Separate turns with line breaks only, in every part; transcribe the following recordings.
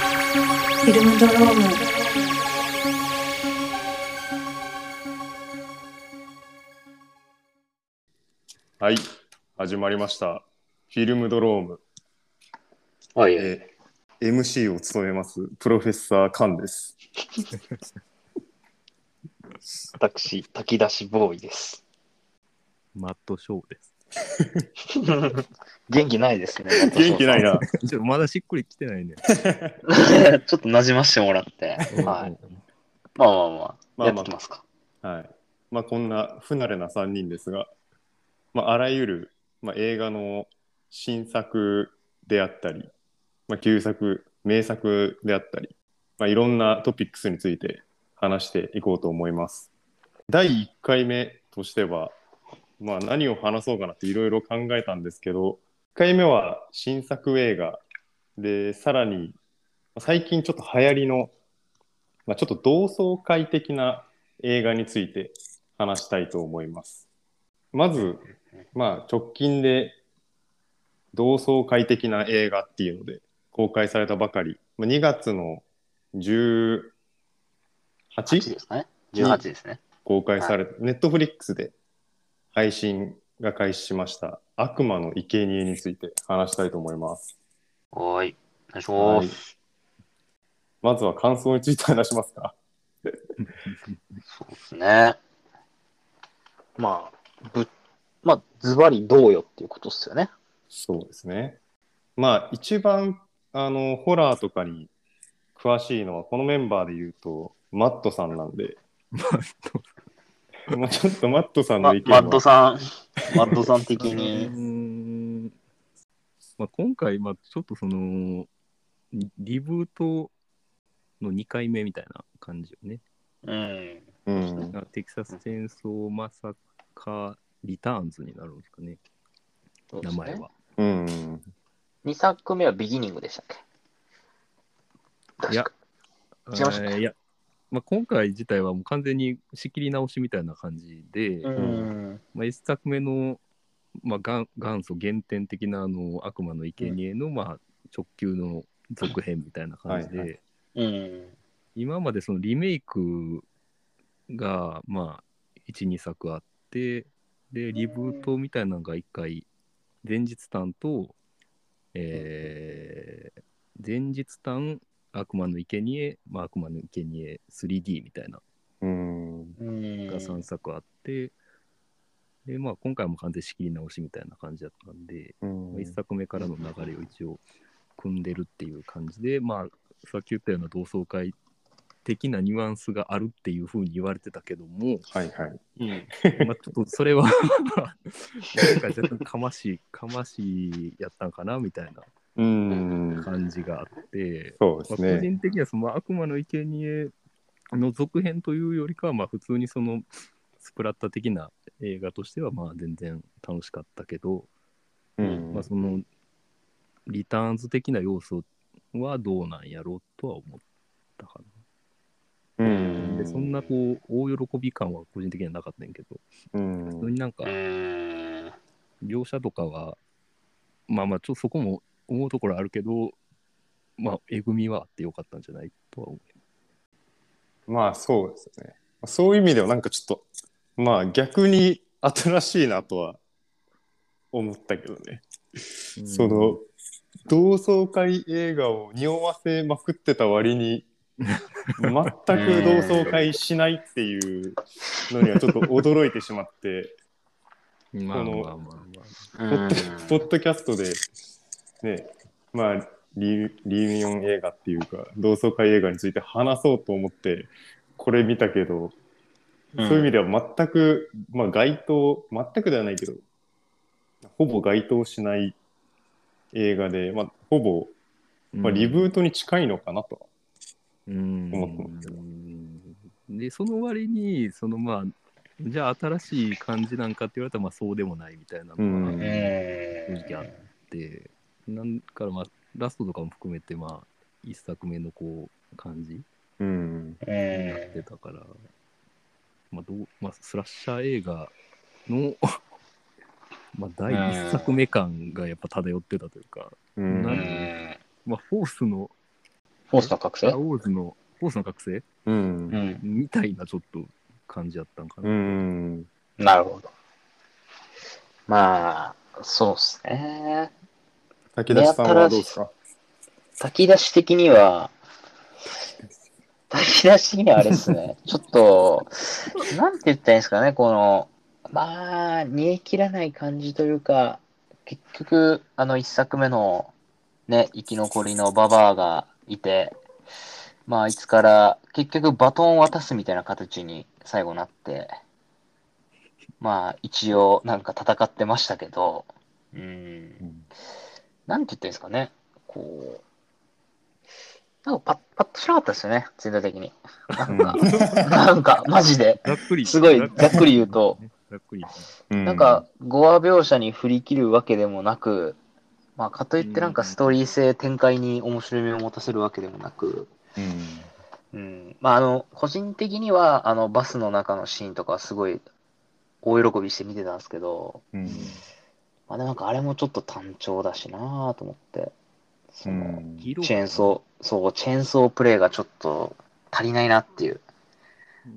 フィルムドローム
はい、始まりました。フィルムドローム。
はい、
えー MC を務めます、プロフェッサーカンです。
私、炊き出しボーイ です。
マットショーです。
元気ない ですね。
元気ない な。
ちょっとまだしっくりきてないね。
な。 ちょっと馴染ましてもらって。はい。まあまあま
ま
あ、
あまあ
やってきますか。
はい。まあ、こんな不慣れな3人ですが、まあ、あらゆる、まあ、映画の新作であったり、まあ、旧作、名作であったり、まあ、いろんなトピックスについて話していこうと思います。第1回目としては、まあ、何を話そうかなっていろいろ考えたんですけど、1回目は新作映画で、さらに、まあ最近ちょっと流行りの、まあ、ちょっと同窓会的な映画について話したいと思います。まず、まあ、直近で同窓会的な映画っていうので公開されたばかり、まあ2月の 18?
8ですかね。18ですね。
公開された、ネットフリックスで配信が開始しました悪魔の生贄について話したいと思います。
おーい。お願いし
は
ま
い
す。
まずは感想について話しますか。
そうですね。まあ、ぶまあ、ズバリどうよっていうことですよね。
そうですね。まあ一番あのホラーとかに詳しいのはこのメンバーで言うとマットさんなんで、まあ、ちょっとマットさんの
まあ
意見
マ
は、
ッドさん、マッドさん的
うー
に。
んまあ、今回、まあ、ちょっとその、リブートの2回目みたいな感じよね。
うん。
うん、
テキサス戦争まさかリターンズになるんですかね、
そうで
名
すね
前は。
うん、
2作目はビギニングでしたっけ確か
いや
違いましたっけ
えーいや、まあ、今回自体はもう完全に仕切り直しみたいな感じで、
うん。
まあ、1作目の、まあ、元元祖原点的なあの悪魔の生贄の、まあ、直球の続編みたいな感じで、
はい
うん。
今までそのリメイクが、まあ、12作あってでリブートみたいなのが1回前日短と、えー前日短悪魔の生贄、まあ、悪魔の生贄 3D みたいな
うん、
うん。
が3作あって、でまあ、今回も完全仕切り直しみたいな感じだったんで、
うん、
1作目からの流れを一応組んでるっていう感じで、まあ、さっき言ったような同窓会的なニュアンスがあるっていうふうに言われてたけども、
はいはい、
うん。
まあ、ちょっとそれは なんか若干かましいかましいやったんかなみたいな
うん、
感じがあって、
そうで
まあ
す
個
ね。
人的にはその悪魔の生贄の続編というよりかはまあ普通にそのスプラッタ的な映画としてはまあ全然楽しかったけど、
うん
まあ、そのリターンズ的な要素はどうなんやろうとは思ったか
う
な。
ん
でそんなこう大喜び感は個人的にはなかったんやけど、
う
普通
ん、
になんか
うん。
描写とかはまあまあちょっとそこも思うところあるけどまあえぐみはあってよかったんじゃないとは思う。
まあそうですね。そういう意味ではなんかちょっと、まあ逆に新しいなとは思ったけどね。その同窓会映画を匂わせまくってた割に全く同窓会しないっていうのにはちょっと驚いてしまって
うん、まあ
こ
ま
の
あまあまあ。
ポッポッドキャストでねまあリリーミオン映画っていうか同窓会映画について話そうと思ってこれ見たけど、そういう意味では全く、まあ、該当全くではないけどほぼ該当しない映画で、まあ、ほぼまあ、リブートに近いのかなと。
うん
思ってますけど
でその割にそのまあじゃあ新しい感じなんかって言われたらまあそうでもないみたいなの
うん
があっ
うん
時期あって、なんからまあラストとかも含めてまあ一作目のこう感じに
うん。
う
なって
ん
たから、まあどうまあ、スラッシャー映画の まあ第一作目感がやっぱ漂ってたというか、
うん。
な
うんん
まあ、フォースの
フォースの覚
スタ
醒
ー・ウォーズの、フォースの覚醒
うん
う。ん。
みたいなちょっと感じやったんか
う
な。
ん。
なるほど。まあ、そうっすね。
先出しさんはどうですか
炊き出し的には、炊き出し的にはあれです ね。ちょっと、 なんて言ったらいいんですかね、この、まあ、煮え切らない感じというか、結局、あの一作目のね、生き残りのババアがいて、まあ、あいつから結局バトンを渡すみたいな形に最後なって、まあ、一応なんか戦ってましたけど、うん、なんて言ったらいいんですかね、こう、なんかパッパッとしなかったですよね、全体的に。なんか、なんか、マジで。
ざっくり。
すごいざっくり言うと。
ざっくり。
な
なんか、、5話描写に振り切るわけでもなく、まあ、かといってなんかストーリー性展開に面白みを持たせるわけでもなく、
うん。
うん。まあ、あの、個人的には、あの、バスの中のシーンとかはすごい、大喜びして見てたんですけど、
うん。
まあ、でもなんかあれもちょっと単調だしなぁと思って、その、
うん
色
チェーンソー、そう、チェーンソープレイがちょっと足りないなっていう。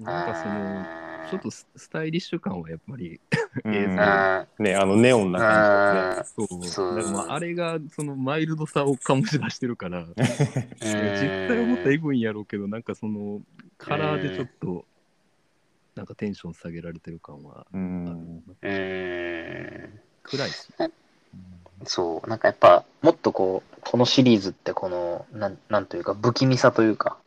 ー。なんかその、ちょっとススタイリッシュ感はやっぱり、
うん
あ
ね、あのネオンな感
ー
そう。
そう
だからまああれが、そのマイルドさを醸し出してるから、
う
実
ーん
際はもっとエグいんやろうけど、なんかその、カラーでちょっと、なんかテンション下げられてる感は
じですね。う
あ
ん。
る。
うーん。
暗いし。
そう、なんかやっぱ、もっとこう、このシリーズってこの、なんなんというか、不気味さというか。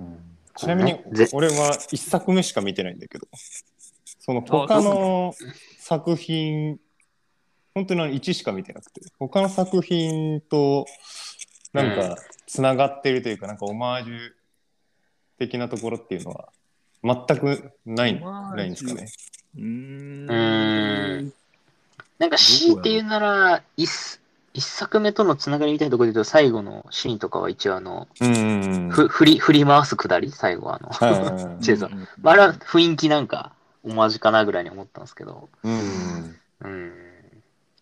うんちなみに
ねぜ
俺は一作目しか見てないんだけどその他の作品本当にあの1しか見てなくて他の作品となん
う
かつながってるというか、なんかオマージュ的なところっていうのは全くない
オマージュ
ないんですかね。
うーん。
ーんなんか強いて言うなら、一す一作目とのつながりみたいなところで言うと、最後のシーンとかは一応あの、
うん
ふ振り、振り回すくだり、最後あの、
はいはいはい
チェーンソーまあ、あれは雰囲気なんか、おまじかなぐらいに思ったんですけど、
うん
うん。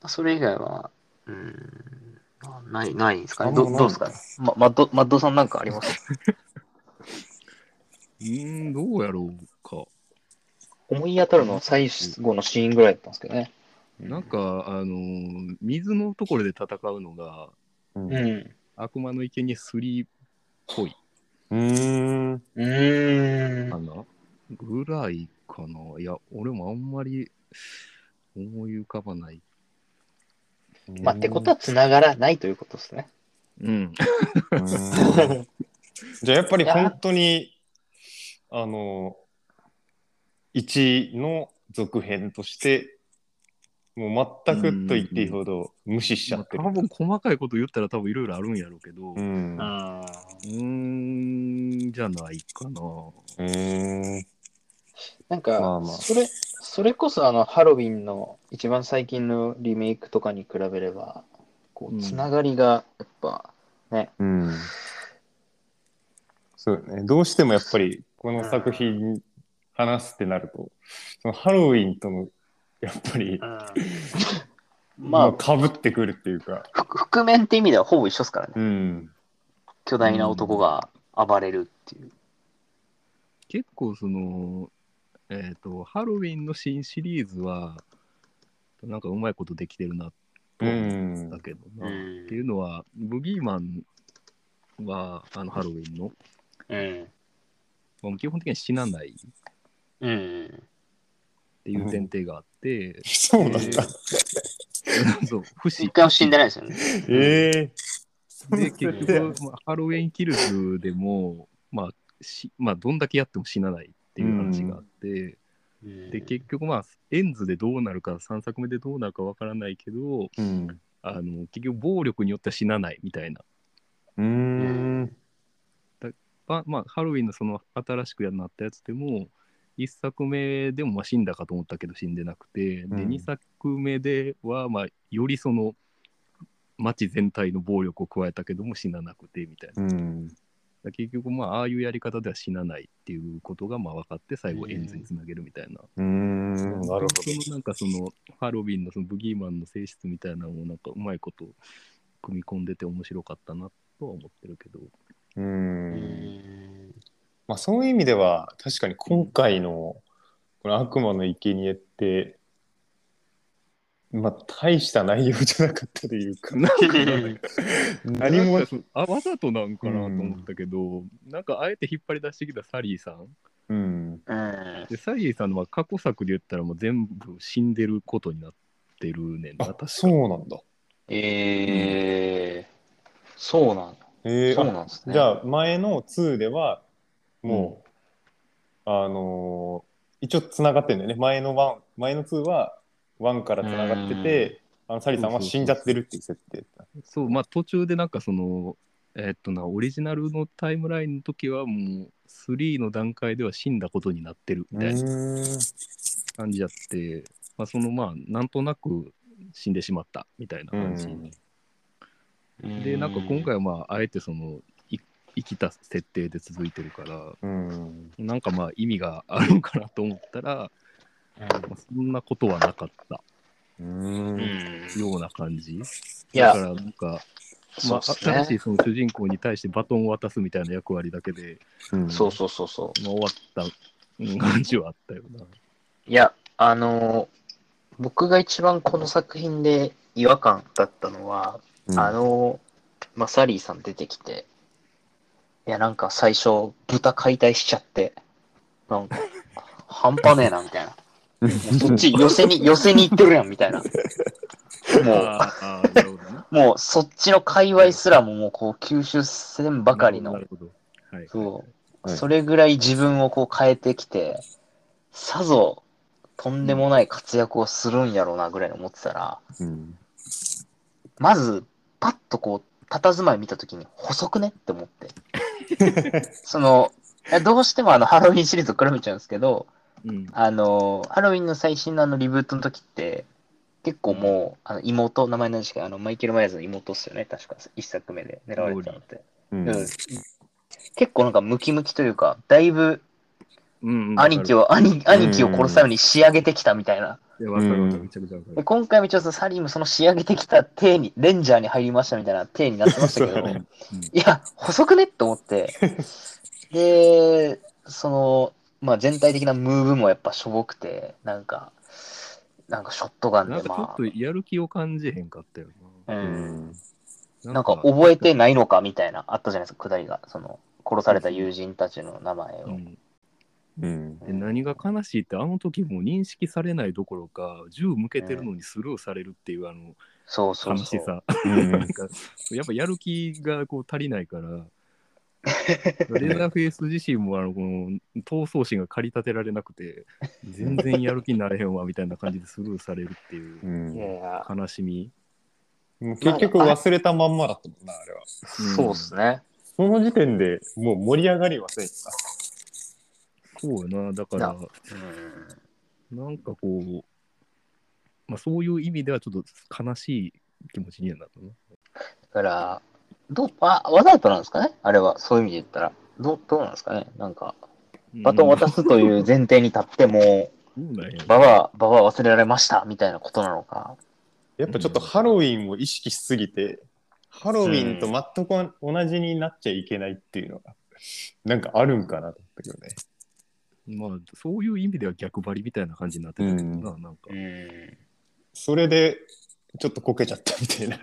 それ以外は、うん、あない、ないんですかね。
あ
ど
んま
どうですかま、マッド、マッドさんなんかあります
うーん、どうやろうか。
思い当たるのは最後のシーンぐらいだったんですけどね。
なんか、あのー水のところで戦うのが、
うん
う。
うん
悪魔の池に3っぽい
ーん
うー
か
ん。
な、ぐらいかな。いや、俺もあんまり思い浮かばない。
まあ、ってことは繋がらないということですね。
うん。
うんじゃあやっぱり本当にあの1の続編としてもう全くと言っていいほど無視しちゃってる
まあ多。分細かいこと言ったら多分いろいろあるんやろうけど、う
う
ー
ん
あ
ん、じゃないかな。
うーん
なん
ま
か
あ、まあ
それ、それこそあの、ハロウィンの一番最近のリメイクとかに比べれば、こ
う
う、
ん
つながりが、やっぱ、ね、
うんそうねどうしてもやっぱりこの作品話すってなるとそのハロウィンとのやっぱり
まあ、
かぶってくるっていうか。
ふ覆面って意味ではほぼ一緒ですからね。
うん
巨大な男が暴れるっていう。
結構その、えっ、と、ハロウィンの新シリーズは、なんかうまいことできてるなと
う
思っ
ん
たけどな。
うん
っていうのは、ブギーマンは、あの、ハロウィンの、
うん。
まあ、基本的には死なないっ
うん。
ていう前提があって、
そうなんだ。
そう、不死
一。回も死んでないですよね。
ええ
で、結局、まあ、ハロウィンキルズでも、まあ、しまあ、どんだけやっても死なないっていう話があって、で、結局、まあ、エンズでどうなるか、3作目でどうなるかわからないけど、
うん
あの、結局、暴力によっては死なないみたいな。
うーん。
ままあ、ハロウィンのその新しくやなったやつでも1作目でもまあ死んだかと思ったけど死んでなくて、で
うん
2作目ではまあよりその街全体の暴力を加えたけども死ななくてみたいなだか
うん。
ら結局まあああいうやり方では死なないっていうことがまあ分かって最後エンズにつなげるみたいな、
うーん。なるほど。
そのなんかそのハロウィンのそのブギーマンの性質みたいなのをなんかうまいこと組み込んでて面白かったなとは思ってるけど
う
うんん
まあ、そういう意味では確かに今回のこの「悪魔の生贄ってまあ大した内容じゃなかったというか何 も
なんかそのあわざとなんかなと思ったけど、なんかあえて引っ張り出してきたサリーさん
うん
うん
でサリーさんのまあ過去作で言ったらもう全部死んでることになってるねんな
あ
確か
そうなんだ
えー、そうなんだ。
えー
そう
あ
なんですね。
じゃあ前の2ではもう、あのー一応つながってるんだよね前の1前の2は1からつながっててあのサリーさんは死んじゃってるっていう設定
そうまあ途中でなんかそのえーっとなオリジナルのタイムラインの時はもう3の段階では死んだことになってるみたいな
う
感じやって、まあ、そのまあなんとなく死んでしまったみたいな感じ、
うん
うん
でなんか今回はまああえてそのい生きた設定で続いてるから
うん
なんかまあ意味があるのかなと思ったら、まあそんなことはなかった
うん
うん、い
ような感じだ
や
か、らなんか、
そ
ま
う
あ、
っす
新し
ね
い。その主人公に対してバトンを渡すみたいな役割だけで、
うん
そうそうそうそ
まあ、終わったうん感じはあったよな。
う。いや、あのー僕が一番この作品で違和感だったのは、
うん
あのーまあ、サリーさん出てきて、いや、なんか最初、豚解体しちゃって、なんか、半端ねえな、みたいな。もうそっち寄せに、寄せに行ってるやん、みたいな。もう、
ああ、なるほどな。
もうそっちの界隈すらももうこう吸収せんばかりの
なる、ほど。はい。
そ
は
う、
い
それぐらい自分をこう変えてきて、さぞとんでもない活躍をするんやろうなぐらいに思ってたら、
うん
まずパッとこう、佇まい見たときに細くねって思って。 その、いやどうしてもあのハロウィンシリーズと比べちゃうんですけど、
うん。
あの、ハロウィンの最新のあのリブートの時って、結構もう、あの妹、名前なんですけど、あのマイケル・マイヤーズの妹っすよね、確か、一作目で狙われてたのって。
うん
うん結構なんかムキムキというか、だいぶ
うんうん、
兄貴を、兄兄貴を殺すために仕上げてきたみたいな。
いやわかるわかる。めちゃくちゃわか
で
る。
今回もちょっとサリーもその仕上げてきた体に、レンジャーに入りましたみたいな体になってましたけ
そ
ど、
うだね
いや、細くねって思 って。で、その、まあ全体的なムーブもやっぱしょぼくて、なんか、なんかショットガン
なん
で
かちょ
ま
っとやる気を感じへんかったよ
あ、う、
うんん
な。
なんか覚えてないのかみたいな、あったじゃないですか、下りが。その、殺された友人たちの名前
う
を。
ん、
うん
で何が悲しいってあの時もう認識されないどころか銃向けてるのにスルーされるっていうあの
そうそう
悲
そ
し
う。
さなんかやっぱやる気がこう足りないからレザーフェイス自身もあのこの闘争心が駆り立てられなくて全然やる気になれへんわみたいな感じでスルーされるっていううん
いやいや、
悲しみ、
もう結局忘れたまんまだったもんなあれは
そうっすね。
その時点でもう盛り上がりはせんか
そうやなだから
うん
なんかこう、まあ、そういう意味ではちょっと悲しい気持ちにはなったな
だから、どう、あ、わざとなんですかねあれは、そういう意味で言ったら。どう、どうなんですかねなんか、バトン渡すという前提に立っても、
うんそうなんや
ババは、ババは忘れられました、みたいなことなのか。
やっぱちょっとハロウィンを意識しすぎてハロウィンと全く同じになっちゃいけないっていうのがなんかあるんかなと思ったけどね
まあそういう意味では逆張りみたいな感じになってたけどな、なんか
ん。
それでちょっとこけちゃったみたいな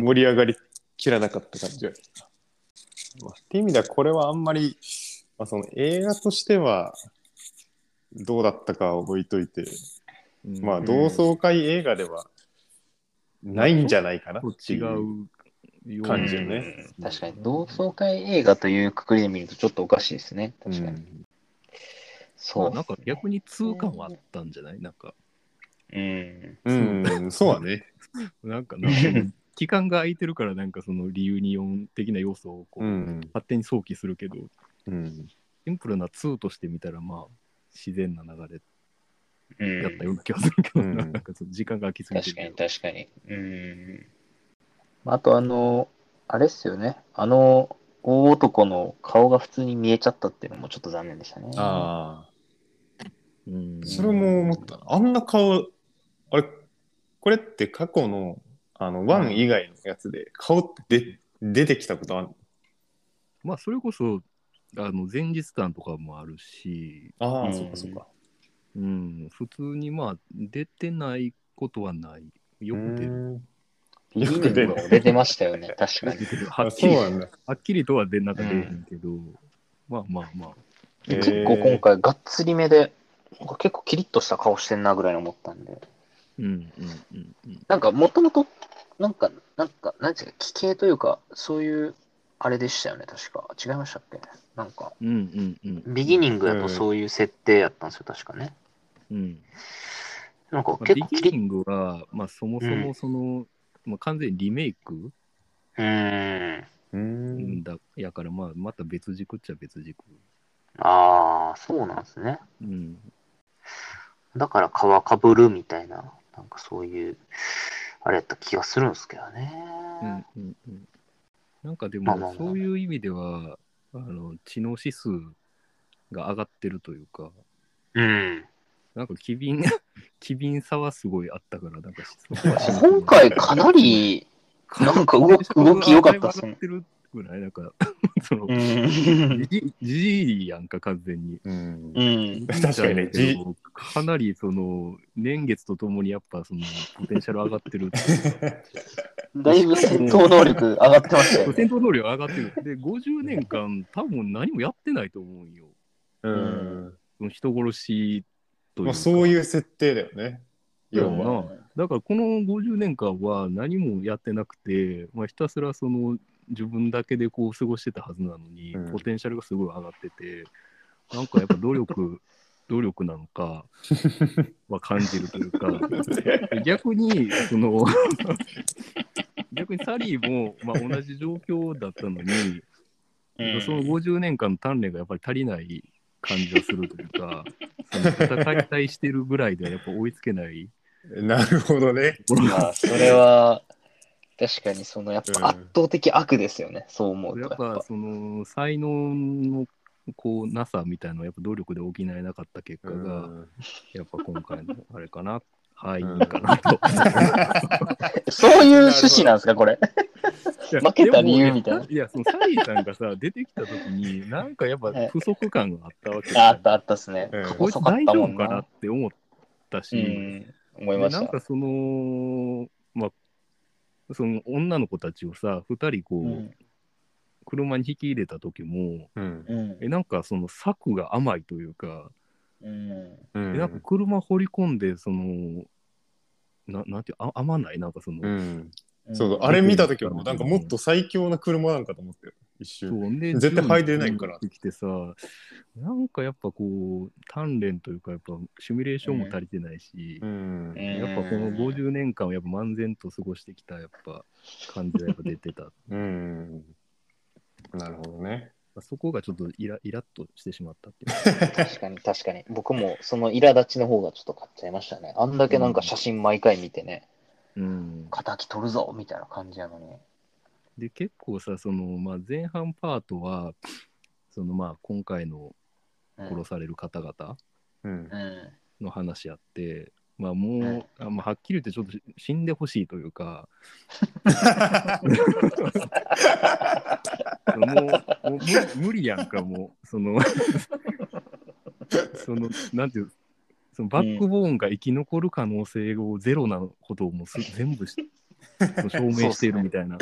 盛り上がりきらなかった感じが、まあ、っていう意味ではこれはあんまり、まあ、その映画としてはどうだったかは置いといて、
うん
まあ
ん
同窓会映画ではないんじゃないかな
と
って
違
いう
うような
感じよね
うん確かに、同窓会映画というくくりで見るとちょっとおかしいですね。確かに。
ま
そ
あ
う。
なんか逆に痛感はあったんじゃないなんか、
うん。
うん、うん、そうだね。
な んかな、期間が空いてるから、なんかそのリユニオン的な要素をこう、
うん、
勝手に想起するけど、
うん、
シンプルな2として見たら、まあ、自然な流
うん
れだったような気がするけどな、
うん
なんかその時間が空きすぎて
確かに
る
確かに。うん。あとあの、あれっすよね。あの、大男の顔が普通に見えちゃったっていうのもちょっと残念でしたね。
ああ、
けど。うん
それも思ったな。あんな顔、あれ、これって過去のあの、ワン以外のやつで、顔ってで出てきたことある
まあそれこそあの前日談とかもあるし、
あ
う
あ、
ん
そっかそっか。
うん、普通にまあ出てないことはないよく出る
うーん
リ
よく出
ン
る
グ。出てましたよ ね、確かに。
出てるは
あ
っき
そう
り
なんだ。
はっきりとは出なかったけど、まあまあまあ
へー
結構今回、がっつりめで、なんか結構キリッとした顔してんなぐらいの思ったんで、
うんうんうんうん
なんかもともと、なんか、なんか、なんていうか、奇形というか、そういう、あれでしたよね、確か。違いましたっけなんか、
うんうんうん
ビギニングやとそういう設定やったんですよ、確かね。
うん
なんか
まあ
結構
ビ
キ
ギ
リ
ニ
ッ、
ングは、まあ、そもそもその、まあ、完全にリメイク
うーん。
うーん。
だ、やから、まあ、また別軸っちゃ別軸。
ああ、そうなんですね。
うん。
だから皮かぶるみたいな、なんかそういう、あれやった気がするんですけどね。
うんうんうん。なんかで
まあまあまあ
も、そういう意味では、あの、知能指数が上がってるというか、
うん。
なんか機敏、 機敏さはすごいあったから、なんかそこはしなくても
今回かなり、なんか 動き動き良かったっす
上
ね
がってるぐらい、なんか、その、
うん。
じじじじいやんか、完全に。
うん
う。ん。
確かにね
じいちゃんやけどかなりその年月とともにやっぱそのポテンシャル上がってる
だいぶ戦闘能力上がってましたよ、
戦
ね。
闘能力上がってるで50年間多分何もやってないと思うんよ
うん。
その人殺しという
ま
か
あ、そういう設定だよね。要
そうや
は。
なだからこの50年間は何もやってなくて、まあ、ひたすらその自分だけでこう過ごしてたはずなのに、
うん
ポテンシャルがすごい上がっててなんかやっぱ努力 努力なのかは感じるというか逆にその 逆にサリーも、まあ、同じ状況だった
う
のに、
ん
その50年間の鍛錬がやっぱり足りない感じがするというかその戦いたいしてるぐらいではやっぱ追いつけない
なるほどね。
ところが
まあ、それは、確かにその、やっ
うん
ぱ圧倒的悪ですよね、そう思うと。
や
や
っ
っ
ぱ
ぱ、
その才能のこうなさみたいなのはやっぱ努力で補えなかった結果が、
うん
やっぱ今回のあれかなはい、
うん
いいか なと。
そういう趣旨なんですか、これ。負けた理由みたいな
やでもねいや、そのサリーさんがさ、出てきた時に、なんかやっぱ不足感があったわけ
あったあったっすね
うん。
こいつ
細かっ
大
た
丈
も
夫
ん
かな
な
っ。て思った
う
し、
ん、思い
で
ま
な
し
ん
た。
かその、まあ、その女の子たちをさ、2人こ
う
う、
ん。
車に引き入れた時も、
うん。
うん
えなんかその策が甘いというか、
うん。
う
でなんか車掘り込んで、その、ななんていうあ甘ない、なんかその、
うん。
うん
そうそう。あれ見たときは、もうなんかもっと最強な車なんかと思ってよ。一瞬。
そうで
絶対入れないから
てきてさ、なんかやっぱこう、鍛錬というか、やっぱシミュレーションも足りてないし、
うん。
うん
やっぱこの50年間をやっぱ漫然と過ごしてきた、やっぱ感じがやっぱ出てた。
うん。なるほどね。
そこがちょっとイライラっとしてしまったっていう。
確かに確かに。僕もその苛立ちの方がちょっと買っちゃいましたね。あんだけなんか写真毎回見てね、
うん、
敵取るぞみたいな感じやのに。
で、結構さ、その、まあ、前半パートは、そのまあ今回の
うん
殺される方々
うん
う。ん。
の話やって、まあもう、あまあ、はっきり言ってちょっと死んでほしいというか、 もうもう無理無理やんか、もう、その、その、なんていう、そのバックボーンが生き残る可能性をゼロなことをもうす全部し証明しているみたいな。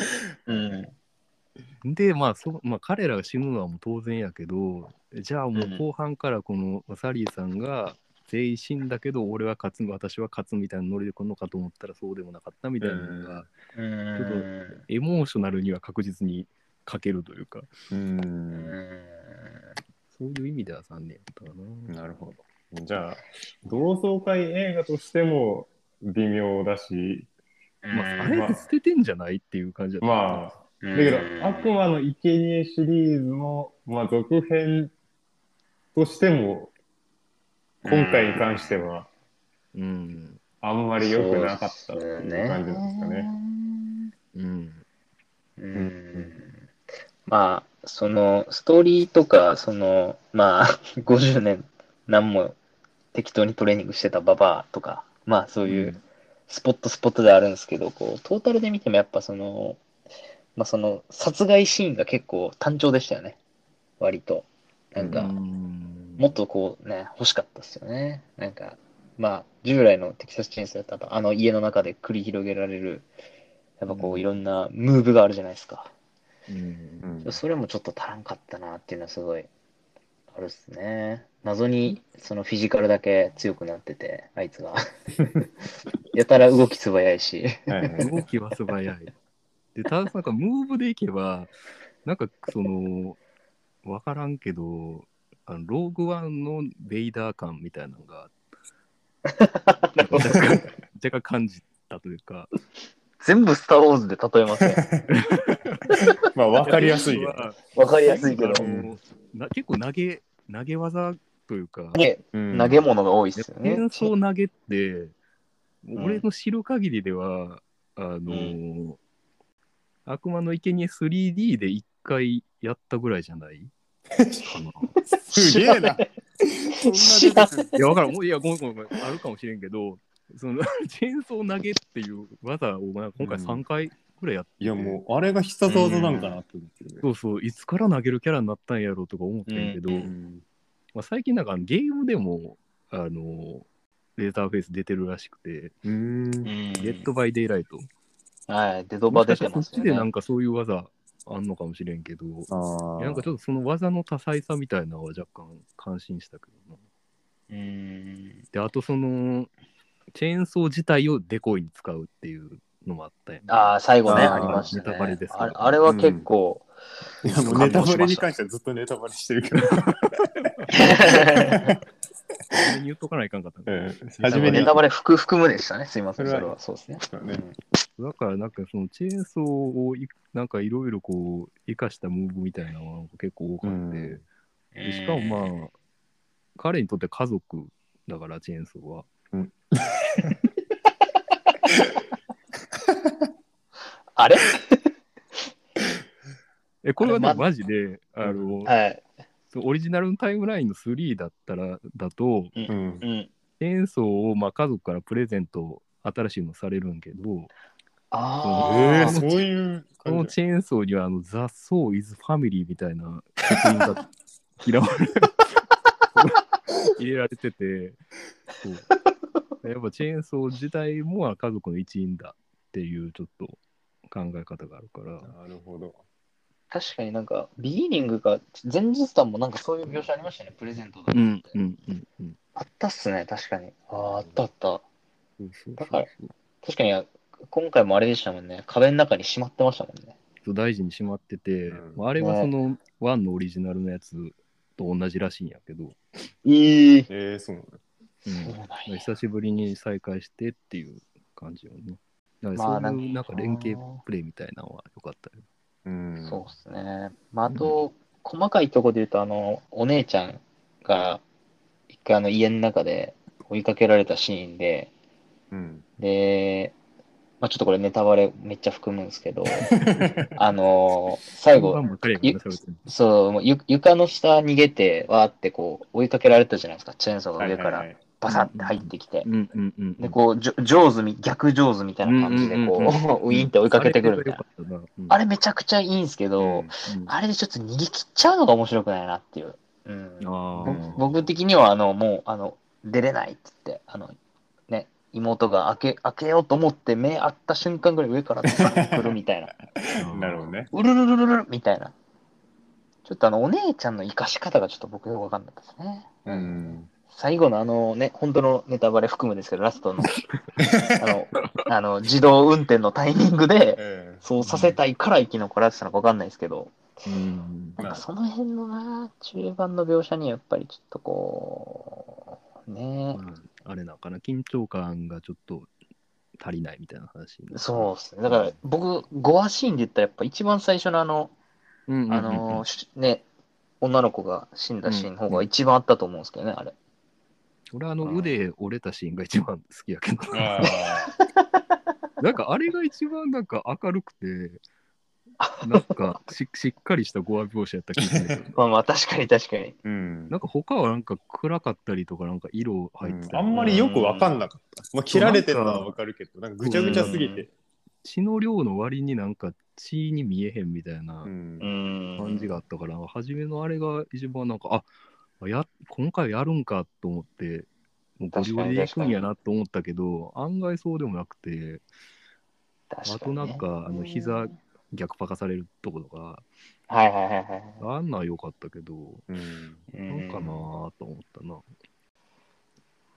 うん。
で、まあそ、まあ、彼らが死ぬのはもう当然やけど、じゃあもう後半からこのサリーさんが全員死んだけど、俺は勝つ、私は勝つみたいなノリで来るのかと思ったらそうでもなかったみたいなのが、
うん。
エモーショナルには確実に欠けるというか、
うん。
そういう意味では残念だったかな。
なるほど。じゃあ、同窓会映画としても微妙だし、
まあ、あ
ん
れって捨ててんじゃないっていう感じだった。
まあ、だけど、悪魔の生贄シリーズの、まあ、続編としても、今回に関しては、
うん。
あんまり良くなかったっていう感じなんですかね。。
うん。
うん。まあ、その、ストーリーとか、その、まあ、50年、何も適当にトレーニングしてたババアとか、まあ、そういう、スポットスポットであるんですけど、こう、トータルで見てもやっぱその、まあその、殺害シーンが結構単調でしたよね。割と。なんか、もっとこうね、欲しかったですよね。なんか、まあ、従来のテキサスチェーンソーだったら、あの家の中で繰り広げられる、やっぱこ
う
う、
ん
いろんなムーブがあるじゃないですか。
うん
うん
それもちょっと足らんかったなっていうのはすごい、あるっすね。謎に、そのフィジカルだけ強くなってて、あいつ が。やたら動き素早いし。
はいはい
動きは素早い。で、ただなんかムーブでいけば、なんかその、わからんけど、あのローグワンのベイダー感みたいなのが、若干若干感じたというか、
全部スター・ウォーズで例えますね。
まあ分かりやすいけど
あ
わかりやすいけど。
のな結構投げ、投げ技というか、
ね
うん
投げ物が多いっすよね。
演奏投げって、
ん
俺の知る限りでは、あのー悪魔の生贄 3D で一回やったぐらいじゃないかな
すげえな。そん
知
な
ら
出てくる
いや、わからん。もういや、ごめんごめんごめん。あるかもしれんけど、その、 チェーンソー投げっていう技を、まあ、今回
うん
3回くらいやって、
いやもうあれが必殺技なんかなって思ってる。
そうそう、いつから投げるキャラになったんやろうとか思ってんけど、
うん
うん
まあ、最近なんかあのゲームでも、あの、レーザーフェイス出てるらしくて、
うーん
うん
デッドバイデイライト。
はい、デドバ出て
も
ま
し
す
かしたらそっ
よ
ちでな
ね。
んかそういう技あんのかもしれんけど、
あー
なんかちょっとその技の多彩さみたいなのは若干感心したけどな。
うん
で、あとその、チェーンソー自体をデコイに使うっていうのもあったよね。
ああ、最後ね、
あー
ありましたね。
ネタバレです
あれあれは結構、
いやもうネタバレに関してはずっとネタバレしてるけど、
初めに言っとかないかんかったね
うん
初
初
め
め
に
に
ネタバレ含含むでしたね。すいません、
そ
そ
れは
れは。そうですね。
そうだね
だからなんかそのチェーンソーをいなんかいろいろこう生かしたムーブみたいなのが結構多くて、
うん
でしかもまあ彼にとって家族だからチェーンソーは
あ、あれ
えこれはね
あれま
マジであの、
はい。
そうオリジナルのタイムラインの3だったらだと
うん
うん。
チェーンソーをまあ家族からプレゼント新しいのされるんけど
あ
えー
あ、
そういう
この
感じ
チェーンソーにはあの「ザ・ソー・イズ・ファミリー」みたいな作品が嫌われ入れられててそうやっぱチェーンソー自体もあ家族の一員だっていうちょっと考え方があるから
なるほど。
確かになんか、ビギニングが、前日談もなんかそういう描写ありましたね。プレゼントだって。
うんうんうんうん
あったっすね、確かに。ああ、あったあった。
そうそう
だから確かに、今回もあれでしたもんね。壁の中にしまってましたもんね。
そう大事にしまってて、
うん
まあ、あれはその1のオリジナルのやつと同じらしいんやけど、
いい。
えー、そうなの
うん
そうなんや
久しぶりに再会してっていう感じよね。だから
まあ
そういう
な
なん
ん
か
か
連携プレイみたいなのは良かったよ。
うん。
そうですね。まあ、あと、細かいとこで言うと、あの、お姉ちゃんが、一回あの家の中で追いかけられたシーンで、
うん。
で、まあ、ちょっとこれネタバレめっちゃ含むんですけ ど、あの、最
こ
後
んばん、ばっかりやからね喋ってんの
そう、もうゆ床の下逃げて、わーってこう、追いかけられたじゃないですか。チェーンソーが上か
はい
ら
はいはい
バサって入ってきて。
うんうんうんうん。
で、こう、ジョジョーズみ、逆ジョーズみたいな感じで、
うんうんうん
こう、ウィーンって追いかけてくるみたいな。
あれが良かったな。
あれめちゃくちゃいいんですけど、
うん
あれでちょっと逃げ切っちゃうのが面白くないなっていう。うん、
あ
うん
ー
僕的には、あの、もう、あの、出れないって言って、あの、ね、妹が開け、開けようと思って、目合った瞬間ぐらい上から来るみたい な。
うんなるほど。ね。
うるるるるるるみたいな。ちょっとあの、お姉ちゃんの生かし方がちょっと僕よくわかんなかったですね。
うん。
最後のあのね、本当のネタバレ含むんですけど、ラスト の、あの、あの、自動運転のタイミングで、
え
そうさせたいから生き残らせたのかわかんないですけど、
うん
なんかその辺のな、中盤の描写にやっぱりちょっとこう、ね
まああれなんかな、緊張感がちょっと足りないみたいな話。
そうですね。だから僕、ゴアシーンで言ったらやっぱ一番最初のあの、
うんうんうんうん。
あのー、しね、女の子が死んだシーンの方が一番あったと思うんですけどね、あれ。
俺はあの腕折れたシーンが一番好きやけど。
ーあー
なんかあれが一番なんか明るくて、なんかししっかりした語話描写やった気がする けど
まあまあ、確かに確かに。
うん
なんか他はなんか暗かったりとかなんか色入ってた
あ
よね、
んまりよくわかんなかった。まあ、切られてるのはわかるけど、なんかぐちゃぐちゃすぎて。
血の量の割になんか血に見えへんみたいな
うん
うん。
感じがあったから、初めのあれが一番なんかあや今回やるんかと思ってもうゴリゴリでいくんやなと思ったけど案外そうでもなくて
確
あ
か
と
にね
なんかあの膝逆パカされるとことか
はいはいはいはい。
あんなんは良かったけど
うん
なんかなぁと思ったな。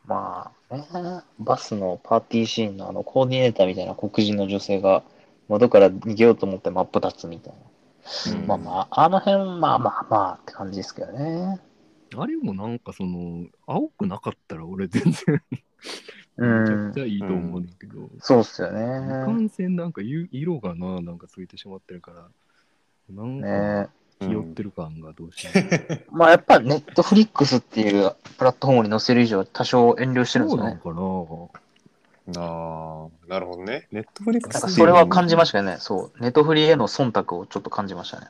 まあ、えーバスのパーティーシーンのあのコーディネーターみたいな黒人の女性が窓から逃げようと思って真っ二つみたいな。まあまあ、あの辺、まあまあまあって感じですけどね。
あれもなんかその青くなかったら俺全然
う
めちゃく
ん
ち。ゃいいと思うんだけど、
そうっすよね。
いかんせんなんかゆ色がななんかついてしまってるからなんか
ね
気負ってる感がどうしても、
まあやっぱネットフリックスっていうプラットフォームに載せる以上多少遠慮してるんで
そ
す
う
よ
な
ね。
のかな
ああ、なるほどね。ネットフリック
なん
スっ
か
ていう
それは感じましたよね。そう。ネットフリへの忖度をちょっと感じましたね。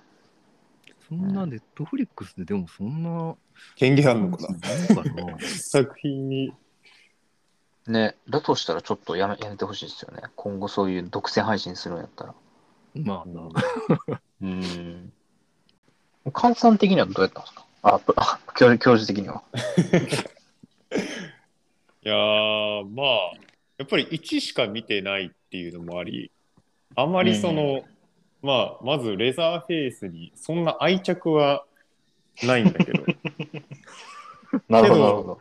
そんなネットフリックスででもそんな
権限ある
な
の
ん
かな。
かな
作品に。
ね。だとしたらちょっとやめやめてほしいですよね。今後そういう独占配信するんやったら。
まあな
うん。換算的にはどうやったんですかあ、ぶあ教教授的には。
いやー、まあ、やっぱり1しか見てないっていうのもあり、あまりその、まあ、まずレザーフェイスにそんな愛着はないんだ けど、
な
るほどなるほど。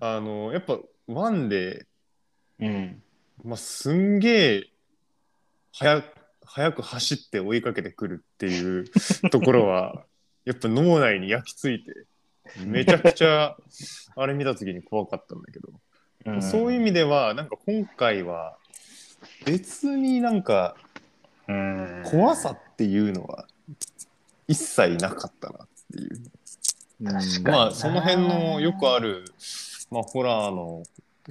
あの、やっぱ1で、
うん。
まあ、すんげえ、早く、早く走って追いかけてくるって いうところは、やっぱ脳内に焼き付いて、めちゃくちゃ、あれ見た時に怖かったんだけど、そういう意味では、なんか今回は、別になんか
うん
怖さっていうのは一切なかったなっていう。
確かに
まあその辺のよくある、まあ、ホラーの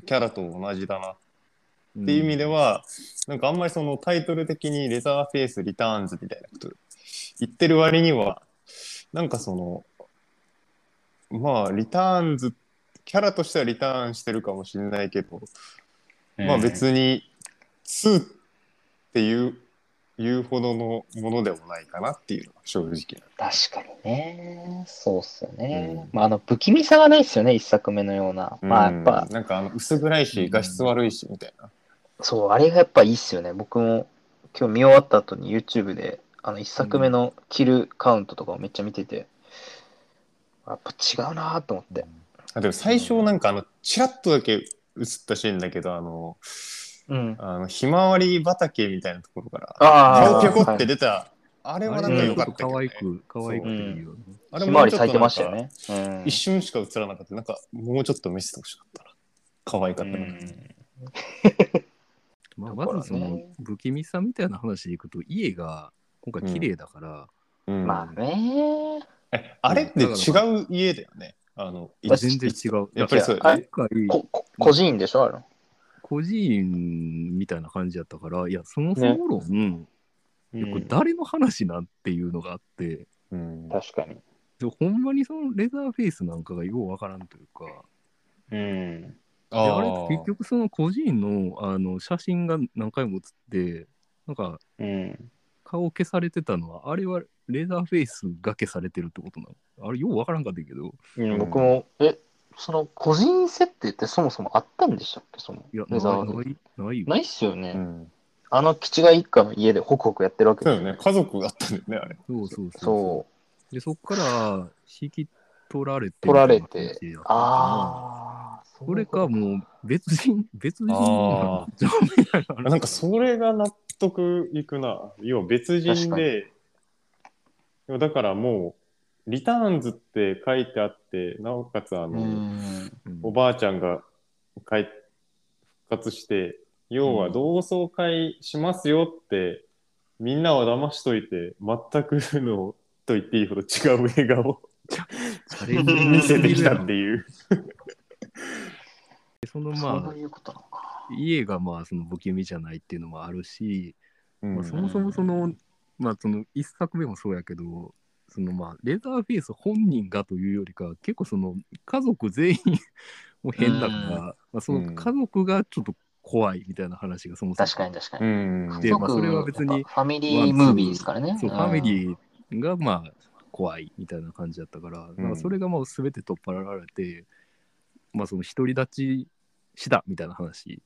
キャラと同じだな
に
っていう意味では、なんかあんまりそのタイトル的に「レザーフェイス・リターンズ」みたいなこと言ってる割にはなんかそのまあリターンズキャラとしてはリターンしてるかもしれないけど、まあ別に2っていう言うほどのものでもないかなっていうのが正直な。
確かにね。そうっすよね。
うん
まあ、あの、不気味さがないっすよね、一作目のような。まあ、やっぱ
うん、なんかあの薄暗いし画質悪いしみたいな。
そう、あれがやっぱいいっすよね。僕も今日見終わった後に YouTube で、あの、一作目のキルカウントとかをめっちゃ見てて、やっぱ違うなーと思って。
あでも最初なんかあのチラッとだけ映ったシーンだけどあの
うん。
あのひまわり畑みたいなところから
あ
顔
あ、
ピョコっ
はい
て出たあれはなんか良かったけ
可
ど、
愛
ね、
く可愛くていいよね
あれ
ひ
も
まわ
もう
り
ちょっと
咲
な
い
んか
てましたよね。うん
一瞬しか映らなかったなんかもうちょっと見せてほしかったな可愛か
う
ったな、
ん
まあ、
だからね
まずその不気味さみたいな話でいくと家が今回綺麗だから、
うん
まあね
えあれって違う家だよねあの
まあ全然違う。
やっぱりそう
だから
あ
今回
こ、こ、個人でしょ、あれ。
個人みたいな感じやったからいやそもそも
う
論、これ
ん
誰の話なんていうのがあって、
うん
確かに。
でほんまにそのレザーフェイスなんかがようわからんというか
うん。
で
あ
あれ
ー
結局その個人のあの写真が何回も写ってなんか
うん。
顔消されてたのはあれはレザーフェイスが消されてるってことなのあれようわからんかったけど
うん僕も、え、その個人設定ってそもそもあったんでしたっけその
いやな
レ
い
ザー
ないないよ
ないっすよね。
うん
あの基地が一家の家でホクホクやってるわけ
そう
で
よ
す
ね。家族だったんだよねあれ
そうそうそう
そ
で、そっから引き取られて。
う。取られて。
ああ。
ああ。
それかもう別人、別人
あ
じゃあみたいな
なんかそれが納得いくな。要は別人で、でもだからもう、リターンズって書いてあって、なおかつあの、
う。うん。
うん
おばあちゃんが帰復活して、要は同窓会しますよって、みんなを騙しといて、全くの、と言っていいほど違う映画を
あれ
見せてきたっていう。
でその
そ
ま
う いうことなのか。
あ、家がまあその不気味じゃないっていうのもあるし、
うん
まあ、そもそもそのまあその1作目もそうやけどそのまあレザーフェイス本人がというよりか結構その家族全員もう変だから、
うん
まあ、その家族がちょっと怖いみたいな話がそもそも
確かに確か
う
に。
ん。
でまあそれは別に
家族ファミリームービーですからね。
そうフ
ん
ァミリーがまあ怖いみたいな感じだったから、
うん
なんかそれがもう全て取っ払われてまあその独り立ちしたみたいな話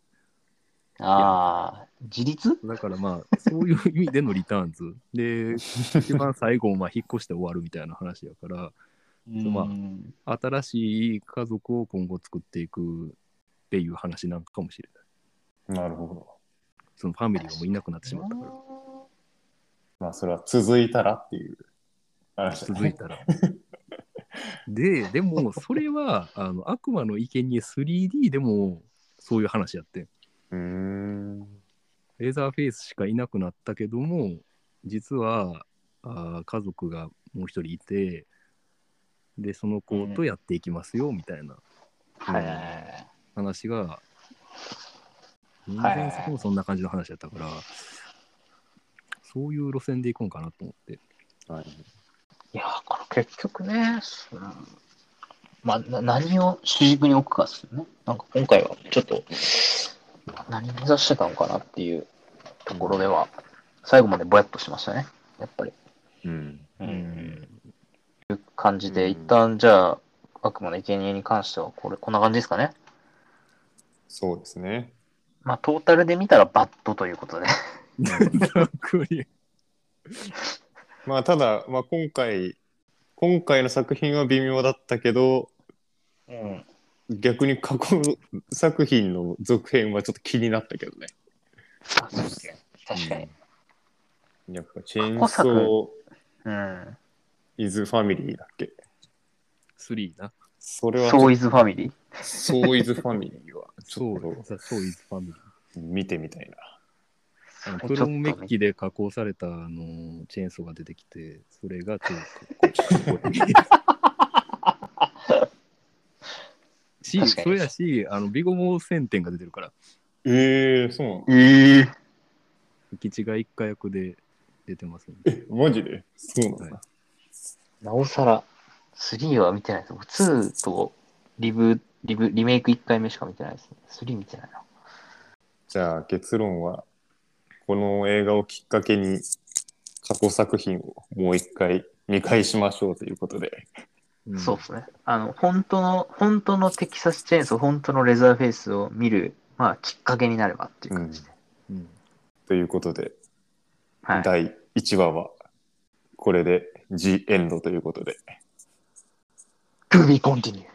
ああ、自立
だからまあそういう意味でのリターンズで一番最後まあ引っ越して終わるみたいな話やからまあ
うん
新しい家族を今後作っていくっていう話なんかもしれない
なるほど。
そのファミリーがもういなくなってしまったから
まあ、それは続いたらっていう話だね
続いたら ででもそれはあの悪魔の生贄 3D でもそういう話やってん
うーん。
レーザーフェイスしかいなくなったけども実はあー家族がもう一人いてでその子とやっていきますよみたいな
はいはいはい。
話が全
はいはい
然そこもそんな感じの話だったからそういう路線でいこうかなと思 って
はい。
いや、これ結局ね、そのまあ、な何を主軸に置くかですよね。なんか今回はちょっと、何目指してたのかなっていうところでは、最後までぼやっとしましたね、やっぱり。
うん。
うんいう感じで、一旦じゃあ、悪魔の生贄に関しては、これ、こんな感じですかね。
そうですね。
まあ、トータルで見たらバッドということで。
ざっくり
まあ、ただ、まあ、今回、今回の作品は微妙だったけど、
うん。
逆に過去作品の続編はちょっと気になったけどね。
あそうですね。 確かに。
やっぱ、チェーン
過去
ソ
作
ー・
うん。
イズ・ファミリーだっけ
3な
それはちょっ
ソ
と
ーイズファミリー。
ソーイズ・ファミリーは、ち
そ
ょ
う
っと
ザ・ソーイズファミリー
見てみたいな。
あの
ちょっと
クロムメッキで加工されたあのチェーンソーが出てきてそれが超かっ こいいし
確かに
それやしあのビゴも1000点が出てるから
ええそうなの
ええ
浮き違い一家役で出てますんで
え、マジでそうなんだ。
なおさら、3は見てないです。2とリブ、リブ、リメイク1回目しか見てないですね。3見てないな。
じゃあ結論は、この映画をきっかけに過去作品をもう一回見返しましょうということで。
うん
そうですね。あの、本当の、本当のテキサスチェーンソー、本当のレザーフェイスを見る、まあ、きっかけになればっていう感じで。
うん
ということで、
はい。
第1話はこれで G エンドということで。
To be continued.